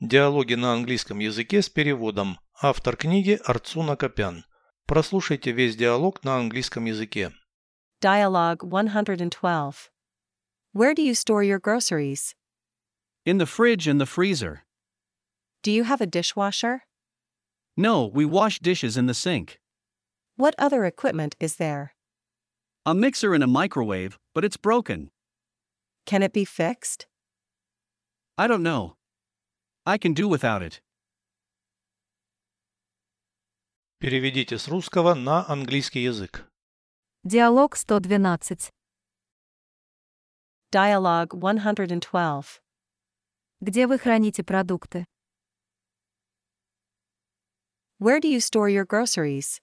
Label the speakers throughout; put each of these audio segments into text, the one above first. Speaker 1: Диалоги на английском языке с переводом. Автор книги Арцуна Копян. Прослушайте весь диалог на английском языке.
Speaker 2: Dialogue 112. Where do you store your groceries?
Speaker 3: In the fridge and the freezer.
Speaker 2: Do you have a dishwasher?
Speaker 3: No, we wash dishes in the sink.
Speaker 2: What other equipment is there?
Speaker 3: A mixer and a microwave, but it's broken.
Speaker 2: Can it be fixed?
Speaker 3: I don't know. I can do without it.
Speaker 1: Переведите с русского на английский язык.
Speaker 4: Диалог 112.
Speaker 2: Dialogue 112.
Speaker 4: Где вы храните продукты?
Speaker 2: Where do you store your groceries?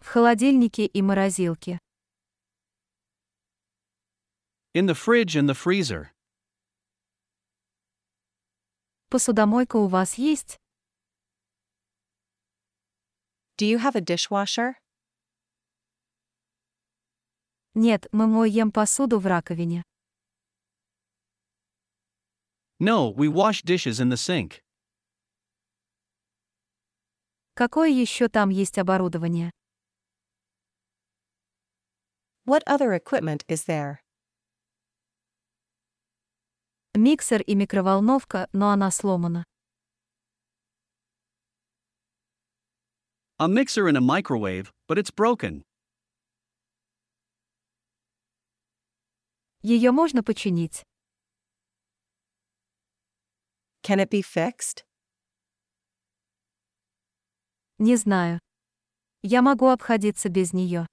Speaker 4: В холодильнике и морозилке.
Speaker 3: In the fridge and the freezer.
Speaker 4: Посудомойка у вас есть?
Speaker 2: Do you have a dishwasher?
Speaker 4: Нет, мы моем посуду в раковине.
Speaker 3: No, we wash dishes in the sink.
Speaker 4: Какое еще там есть оборудование?
Speaker 2: What other equipment is there?
Speaker 4: Миксер и микроволновка, но она сломана.
Speaker 3: A mixer and a microwave, but it's broken.
Speaker 4: Ее можно починить.
Speaker 2: Can it be fixed?
Speaker 4: Не знаю. Я могу обходиться без нее.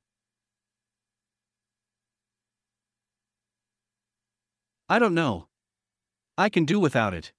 Speaker 3: I don't know. I can do without it.